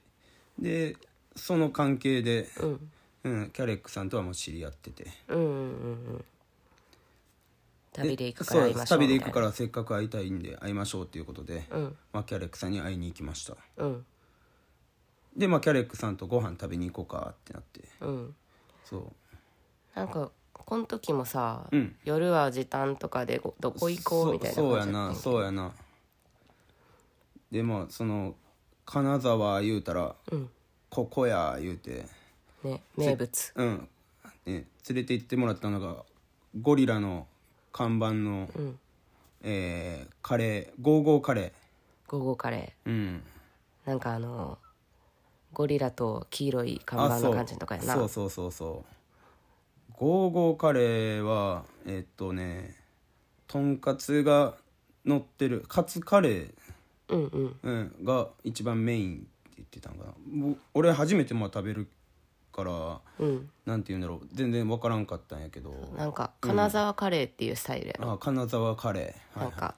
S1: でその関係で、うんキャレックさんとはもう知り合ってて。
S2: うんうんうんうん旅で行くか
S1: そう
S2: ら会い
S1: で
S2: ますしょう
S1: 旅で
S2: み
S1: 行
S2: たい
S1: く
S2: な
S1: からせっかく会いたいんで会いましょうっていうことで、まあ、キャレックさんに会いに行きました
S2: うん
S1: で、まあ、キャレックさんとご飯食べに行こうかってなって
S2: うん
S1: そう
S2: なんかこの時もさ、
S1: うん
S2: 夜は時短とかでごどこ行こうみたいな
S1: そうそう
S2: 感
S1: や
S2: じだ
S1: な
S2: った
S1: そうやなでまあその金沢言うたら、ここや言うて
S2: ね名物
S1: うん、ね、連れて行ってもらったのがゴリラの看板の、えーカレーゴーゴーカレ
S2: ゴーゴーカレ
S1: ーうん
S2: ーなんかあのゴリラと黄色い看板の感じのとかやな
S1: そうそうそうそうゴーゴーカレーはえっとねとんかつが乗ってるカツカレー、
S2: うんうん
S1: うん、が一番メインって言ってたんかなぼ俺初めてまあ食べるから、
S2: うん
S1: なんて言うんだろう全然分からんかったんやけど
S2: なんか金沢カレーっていうスタイルやろ、
S1: あ金沢カレー、は
S2: なんか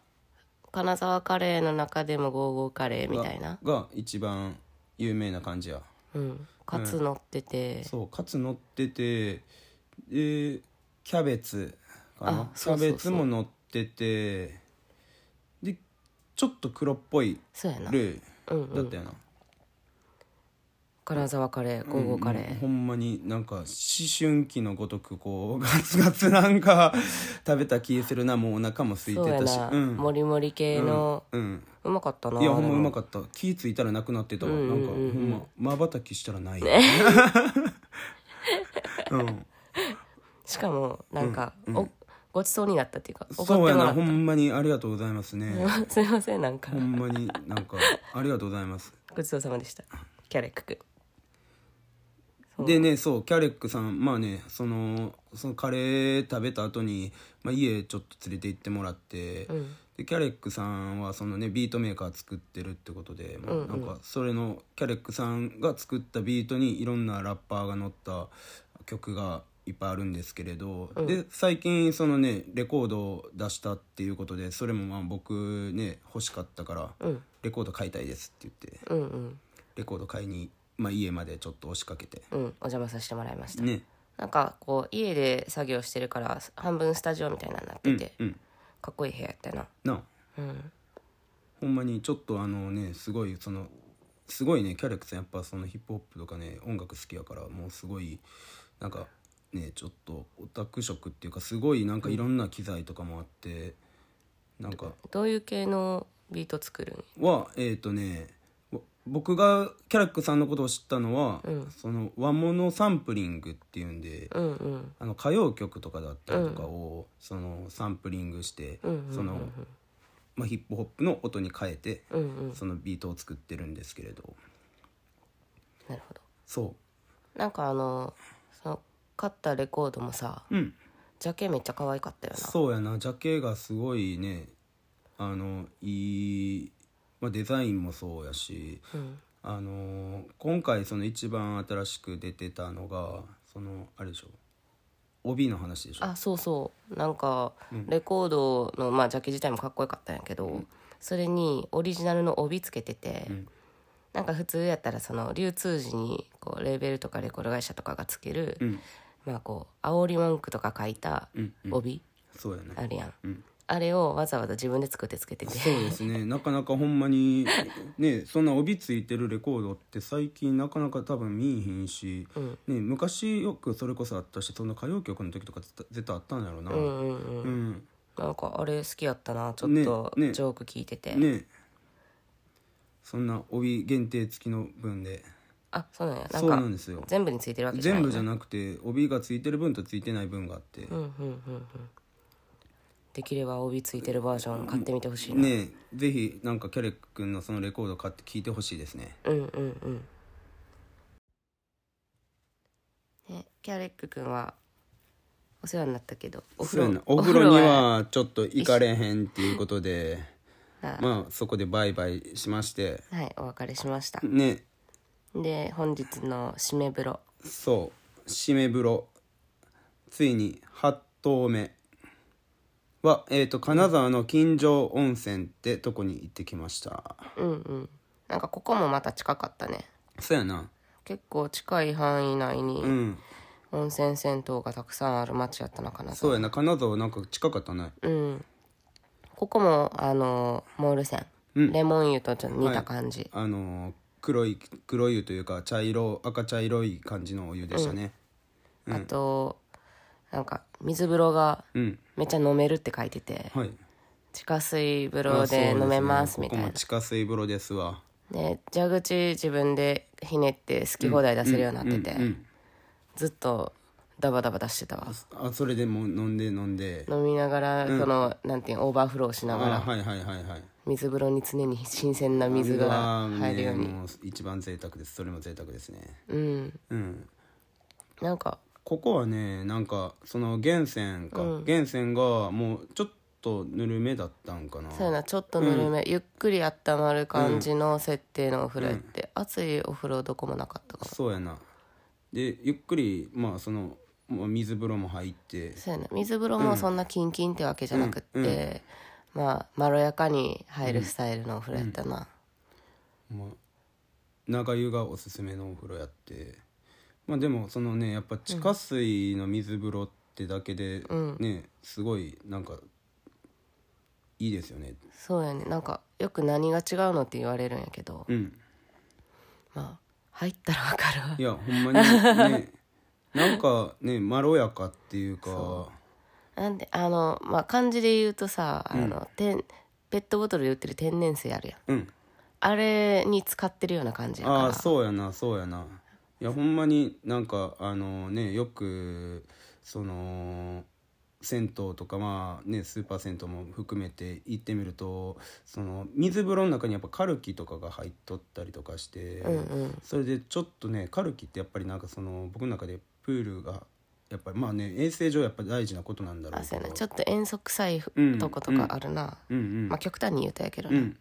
S2: 金沢カレーの中でもゴーゴーカレーみたいな
S1: が一番有名な感じや
S2: うんカツ乗ってて、
S1: そうカツ乗っててでキャベツかな
S2: あそうそうそう
S1: キャベツも乗っててでちょっと黒っぽい
S2: そうやな
S1: ルー
S2: うん
S1: だったよな、
S2: 金沢カレーゴーゴーカレー、
S1: ほんまになんか思春期のごとくこうガ ツガツなんか食べた気するなもうお腹も空い
S2: そう
S1: て
S2: や
S1: たし
S2: な、
S1: うん
S2: もりもり系の、
S1: うん
S2: うまかったない
S1: やほんまうま
S2: か
S1: かった気ついたらなくなってたわ、なんかほんままばたきしたらない、 うん
S2: しかもなんか、おごちそうになったっていうかおご
S1: そう
S2: って
S1: や
S2: も
S1: な
S2: らっ
S1: ほんまにありがとうございますね
S2: た すいませんなんか
S1: ほんまになんかありがとうございます
S2: ごちそうさまでしたキャレッククそう
S1: でねそうキャレックさんまあねそのそのカレー食べた後に、まあ、家ちょっと連れて行ってもらって、
S2: ん
S1: でキャレックさんはそのねビートメーカー作ってるってことで、まあなんかそれのキャレックさんが作ったビートにいろんなラッパーが乗った曲がいっぱいあるんですけれど、で最近そのねレコードを出したっていうことでそれもまあ僕ね欲しかったから、レコード買いたいですって言って
S2: うんうん
S1: レコード買いに、まあ、家までちょっと押しかけて。
S2: うんお邪魔させてもらいました、
S1: ね
S2: なんかこう家で作業してるから半分スタジオみたいなのになってて、
S1: うん
S2: かっこいい部屋やったよな
S1: なあほんまにちょっとあのねすごいそのすごいねキャレックさんやっぱそのヒップホップとかね音楽好きやからもうすごいなんかねちょっとオタク色っていうかすごいなんかいろんな機材とかもあってなんか
S2: どういう系のビート作るん
S1: はえっ、とねぼ僕がキャレックさんのことを知ったのは、その和物サンプリングっていうんで、
S2: うんうん
S1: あの歌謡曲とかだったりとかを、そのサンプリングして、その、まあ、ヒップホップの音に変えて、
S2: うんうん
S1: そのビートを作ってるんですけれど
S2: なるほど
S1: そ
S2: なんかあのその買ったレコードもさ
S1: ううん
S2: ジャケめっちゃ可愛かったよな
S1: そうやなジャケがすごいねあのいい、まあ、デザインもそうやし、あの今回その一番新しく出てたのがそのあれでしょ帯の話でしょ
S2: あそうそうなんかレコードの、まあ、ジャケ自体もかっこよかったんやけど、それにオリジナルの帯つけてて、なんか普通やったらその流通時にこうレーベルとかレコード会社とかがつける、
S1: ん
S2: まあこう煽り文句とか書いた帯
S1: そうやね
S2: あるやん、あれをわざわざ自分で作ってつけてて
S1: そうですねなかなかほんまにねそんな帯ついてるレコードって最近なかなか多分見いひんし、ね、昔よくそれこそあったしそんな歌謡曲の時とか絶対絶対あったんやろうな、
S2: うんうんうん
S1: うん
S2: なんかあれ好きやったなちょっとジ
S1: ねね
S2: ョーク聞いてて、
S1: ねそんな帯限定付きの分で
S2: あそうなんやなん
S1: そう
S2: か
S1: なんですよ
S2: 全部についてるわけじゃない
S1: 全部じゃなくて帯がついてる分とついてない分があって、
S2: できれば帯ついてるバージョン買ってみてほしいな、
S1: ねぜひなんかキャレック君のそのレコード買って聴いてほしいですね
S2: うんうんうんねキャレック君はお世話になったけどお風呂
S1: そうやなお風呂にはちょっと行かれへんっていうことで
S2: は
S1: まあそこでバイバイしまして
S2: はいお別れしました
S1: ね
S2: で本日の締め風呂
S1: そう締め風呂ついに8頭目は、えー、と金沢の金城温泉ってとこに行ってきました、
S2: うんうんなんかここもまた近かったね
S1: そうやな
S2: 結構近い範囲内に
S1: うん
S2: 温泉銭湯がたくさんある町やったのかな
S1: そうやな金沢なんか近かったね
S2: うんここもあのモール線、レモン湯とちょっと似た感じ、
S1: あのー黒い黒い湯というか茶色赤茶色い感じのお湯でしたね
S2: あとなんか水風呂が
S1: うん、
S2: めっちゃ飲めるって書いてて、
S1: はい
S2: 地下水風呂で
S1: あそう
S2: 飲
S1: すね
S2: めますみた
S1: こ
S2: いな
S1: こも地下水風呂ですわ
S2: ね蛇口自分でひねって好き放題出せるようになってて、ずっとダバダバ出してたわ
S1: あそれでもう飲んで飲んで
S2: 飲みながらその、なんていうのオーバーフローしな
S1: あ
S2: がら
S1: はいはいはいはい
S2: 水風呂に常に新鮮な水が入るように、
S1: あれはねもう一番贅沢ですそれも贅沢ですね
S2: うん
S1: うん
S2: なんか
S1: ここはねなんかその源泉か、源泉がもうちょっとぬるめだったんかな
S2: そうやなちょっとぬるめ、ゆっくり温まる感じの設定のお風呂やって、熱いお風呂どこもなかったかも
S1: そうやなでゆっくりまあその、まあ、水風呂も入って
S2: そうやな水風呂もそんなキンキンってわけじゃなくって、まあまろやかに入るスタイルのお風呂やったな、
S1: まあ、長湯がおすすめのお風呂やってまあでもそのねやっぱ地下水の水風呂ってだけで、ねすごいなんかいいですよね
S2: そうやねなんかよく何が違うのって言われるんやけど、
S1: うん
S2: まあ入ったらわかるわ
S1: いやほんまにねなんかねまろやかっていうか
S2: そなんであのまあ漢字で言うとさあの、てんペットボトルで売ってる天然水ある
S1: う
S2: やん
S1: ん
S2: あれに使ってるような感じやから
S1: ああそうやなそうやないやほんまになんかあのねよくその銭湯とかまあねスーパー銭湯も含めて行ってみるとその水風呂の中にやっぱカルキとかが入っとったりとかして、
S2: うんうん
S1: それでちょっとねカルキってやっぱりなんかその僕の中でプールがやっぱりまあね衛生上やっぱ大事なことなんだろ
S2: あ
S1: うけ
S2: そうや
S1: ど
S2: なちょっと遠足臭いふ
S1: うん
S2: とことかあるな、
S1: うんうん、
S2: まあ極端に言うとやけど
S1: う
S2: な、
S1: ん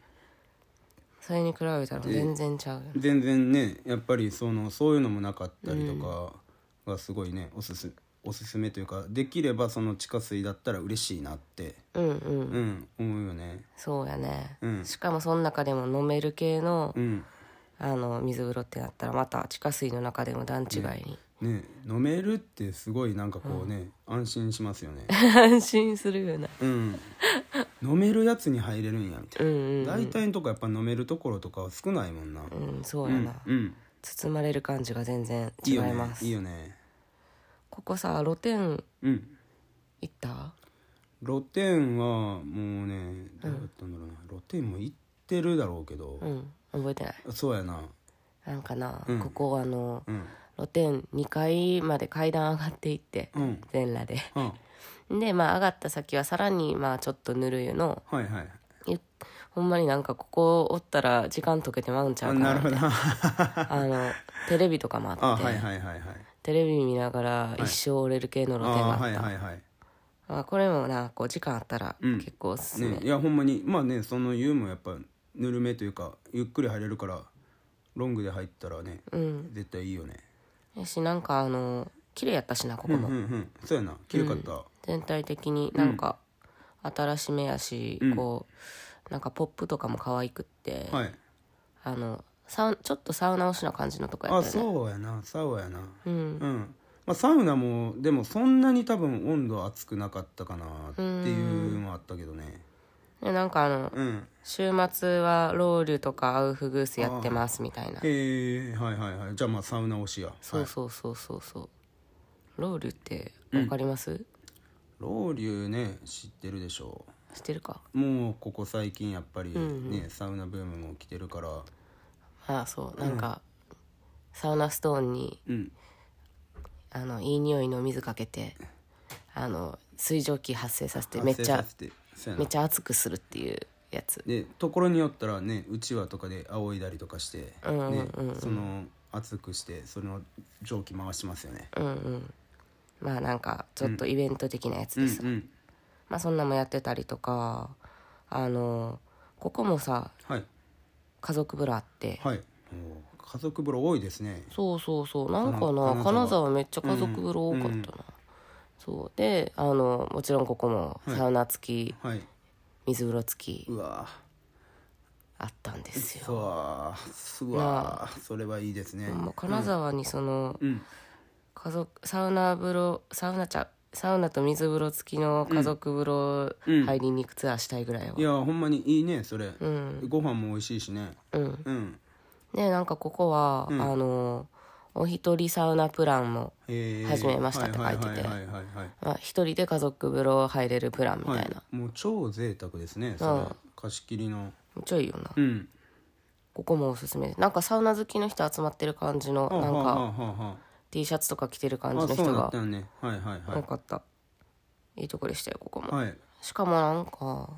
S2: それに比べたら全然ちゃうよな
S1: 全然ねやっぱりそのそういうのもなかったりとかがすごいね、おすすおすすめというかできればその地下水だったら嬉しいなって、
S2: うんうん、
S1: うん、思うよね
S2: そうやね、
S1: うん
S2: しかもその中でも飲める系の,、
S1: うん
S2: あの水風呂ってなったらまた地下水の中でも段違いに、
S1: ね飲めるってすごいなんかこうね、安心しますよ ね
S2: 安心するよな
S1: うん飲めるやつに入れるんやみた
S2: う
S1: い
S2: ん
S1: な、
S2: うん
S1: 大体のとこやっぱ飲めるところとかは少ないもんな、
S2: うんそう
S1: う
S2: や
S1: ん
S2: な、
S1: うん
S2: 包まれる感じが全然
S1: いい
S2: 違い
S1: よね
S2: ます
S1: いいよね
S2: ここさ露天
S1: うん
S2: 行った
S1: 露天はもうねどうやったんだろうな、露天も行ってるだろうけど、
S2: うん覚えてない
S1: そうやな
S2: なんかな、
S1: うん
S2: ここあの
S1: うん
S2: 露天2階まで階段上がっていって
S1: うん
S2: 全裸で
S1: あ
S2: でまあ上がった先はさらにまあちょっとぬるいの
S1: はいはい
S2: ゆほんまになんかここおったら時間解けてまうんちゃ
S1: あ
S2: うかな
S1: な
S2: み
S1: る
S2: たいな
S1: ほどあ
S2: あのテレビとかもあって
S1: はいはいはいはい
S2: テレビ見ながら一生折れる系の露
S1: あ
S2: 天があった
S1: はいはいはい
S2: あこれもなこう時間あったら
S1: うん
S2: 結構おすすめ、
S1: ねいやほんまにまあねその湯もやっぱぬるめというかゆっくり入れるからロングで入ったらね
S2: うん
S1: 絶対いいよね
S2: やしなんかあの綺麗やったしなここ
S1: うんう
S2: も、
S1: んうんそうやなきれかった
S2: 全体的になんか新しめやし、
S1: うん
S2: こうなんかポップとかも可愛くって、
S1: はい
S2: あのサウちょっとサウナ推しな感じのとこや
S1: あ
S2: ったよね
S1: そうやなサウナやな
S2: う
S1: うん
S2: ん
S1: まあサウナもでもそんなに多分温度熱くなかったかなっていうのもあったけどね
S2: でなんかあの
S1: うん
S2: 週末はロウリュとかアウフグースやってますみたいな
S1: へえはいはいはいじゃあまあサウナ推しや
S2: そうそうそうそうそう、ロウリュってわかります、
S1: ロウリュね知ってるでしょ
S2: 知ってるか
S1: うもうここ最近やっぱりね、サウナブームも来てるから
S2: ああそうなんか、サウナストーンに
S1: うん
S2: あのいい匂いの水かけてあの水蒸気発生させてめっ
S1: 発生
S2: ちゃ
S1: させてそうや
S2: めっ
S1: な
S2: ちゃ熱くするっていうやつ
S1: でところによったらねうちわとかで仰いだりとかして、ねその熱くしてその蒸気回しますよね
S2: うんうんまあなんかちょっとイベント的なやつ
S1: うん
S2: で
S1: う
S2: す、
S1: ん
S2: まあそんなもやってたりとかあのここもさ
S1: はい
S2: 家族風呂あって、
S1: はいおー家族風呂多いですね
S2: そうそうそうなんかな
S1: 金
S2: 金
S1: 沢
S2: 沢めっちゃ家族風呂多かったな、
S1: うんうん
S2: そうであのもちろんここもサウナ付き、
S1: はい
S2: 水風呂付き
S1: うわ
S2: あったんですよ
S1: ーうわーすわーそれはいいですね
S2: もう金沢にその、
S1: うん
S2: 家族サウナ風呂サウナ茶サウナと水風呂付きの家族風呂
S1: うん
S2: 入りに行くツアーしたいぐらいはい
S1: やーほんまにいいねそれ、
S2: うん
S1: ご飯も美味しいしね
S2: うん
S1: うん
S2: でなんかここは、
S1: うん
S2: あのお一人サウナプランも
S1: 始
S2: 始めましたって書いてて
S1: はいはいはいはいはい
S2: まあ一人で家族風呂入れるプランみたい
S1: は
S2: な、
S1: いもう超贅沢ですねそれ貸し切りの
S2: めっちゃいいよな
S1: うん
S2: ここもおすすめなんかサウナ好きの人集まってる感じの
S1: はあ
S2: なん
S1: はあ
S2: か
S1: はあは
S2: T シャツとか着てる
S1: あ
S2: 感
S1: あそ
S2: じの人
S1: うだっ
S2: が
S1: たよねはいはい
S2: 多
S1: は
S2: かったいいとこでしたよここも
S1: いはい
S2: しかもなんか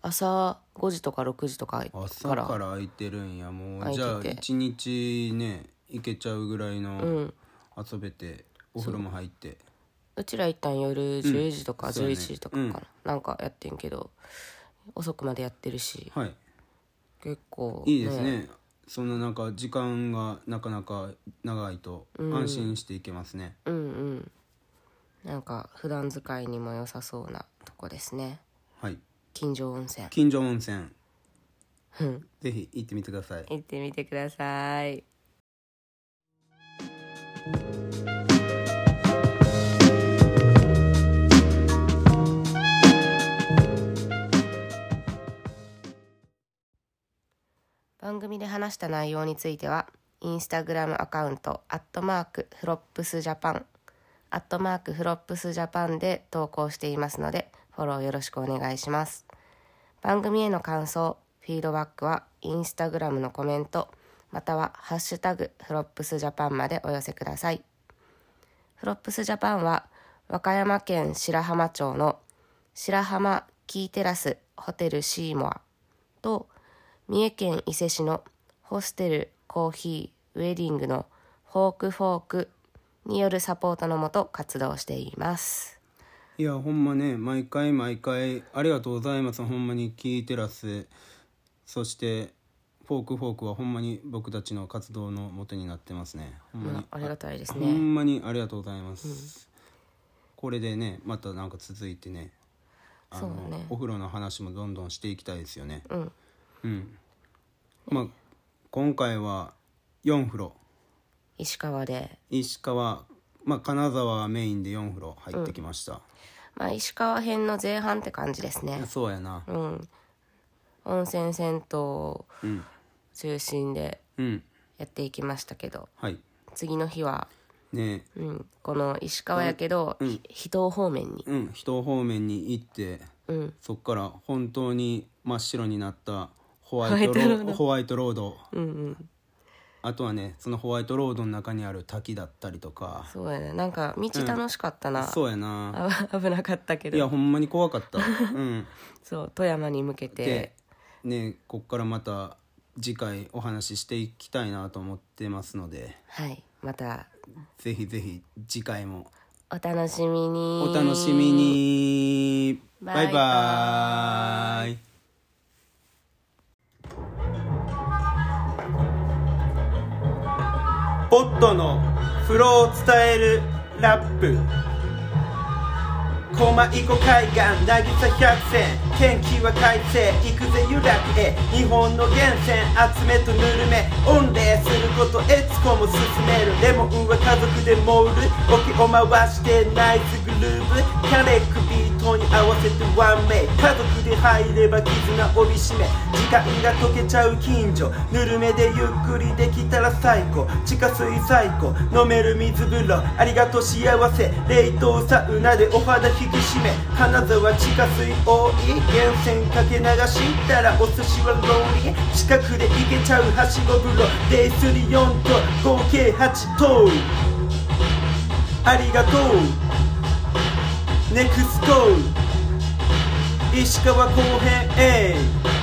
S2: 朝5時とか6時とか
S1: 朝
S2: から
S1: から空いてるんやもう
S2: 空い
S1: じ
S2: てて
S1: ゃあ一日ね行けちゃうぐらいうの
S2: ん
S1: 遊べてお風呂も入って
S2: うちら一旦夜10時とか
S1: そうやね
S2: 11時とかかな、なんかやってんけど遅くまでやってるし
S1: はい
S2: 結構
S1: いいですねそんななんか時間がなかなか長いと安心していけますね
S2: うんうんなんか普段使いにも良さそうなとこですね
S1: はい
S2: 近所温泉
S1: 近所温泉ぜひ行ってみてください
S2: 行ってみてください番組で話した内容についてはインスタグラムアカウント、アットマークフロップスジャパン、アットマークフロップスジャパンで投稿していますので、フォローよろしくお願いします。番組への感想、フィードバックは、インスタグラムのコメント、または、ハッシュタグ、フロップスジャパンまでお寄せください。フロップスジャパンは、和歌山県白浜町の白浜キーテラスホテルシーモアと、三重県伊勢市のホステルコーヒーウェディングのフォークフォークによるサポートのもと活動しています。
S1: いやほんまね毎回毎回ありがとうございますほんまにキーテラスそしてフォークフォークはほんまに僕たちの活動のもとになってますねほんまに、
S2: まあ、ありがたいです
S1: ほ
S2: ね。
S1: んまにありがとうございます、これでねまたなんか続いてねあの
S2: そうね
S1: お風呂の話もどんどんしていきたいですよねうん、まあ今回は4風呂
S2: 石川で、
S1: 石川まあ金沢メインで4風呂入ってきました、
S2: まあ、石川編の前半って感じですね。
S1: そうやな
S2: うん。温泉銭湯を
S1: うん
S2: 中心で
S1: うん
S2: やっていきましたけど、
S1: はい
S2: 次の日は、
S1: ね
S2: うん、この石川やけど、ひ人方面に。
S1: うん人方面に行って
S2: うん。
S1: そっから本当に真っ白になったホワイトロードホワイトロード
S2: うんうん。
S1: あとはねそのホワイトロードの中にある滝だったりとか
S2: そうやね。なんか、道楽しかったな。
S1: そうやな
S2: あ危なかったけ
S1: いや
S2: ど
S1: ほんまに怖かった うん
S2: そう富山に向けて
S1: でねこっからまた次回お話ししていきたいなと思ってますので
S2: はいまた
S1: ぜひぜひ次回も
S2: お楽しみに
S1: お楽しみにバ
S2: バイバイ
S1: イバーイポットの風呂を伝えるラップ狛江湖海岸渚百選天気は快晴行くぜ湯楽へ日本の源泉集めとぬるめ御礼することエツコも勧めるレモンは家族で盛る桶を回してナイスグルーブカレックビートに合わせてワンメイ家族で入れば絆帯締め時間が溶けちゃう近所ぬるめでゆっくりできたら最高地下水最高飲める水風呂ありがとう幸せ冷凍サウナでお肌引き締め金沢地下水多い源泉かけ流したらお寿司はローリー近くで行けちゃうはしご風呂デイスリ4と合計8頭ありがとうネクスト石川後編 A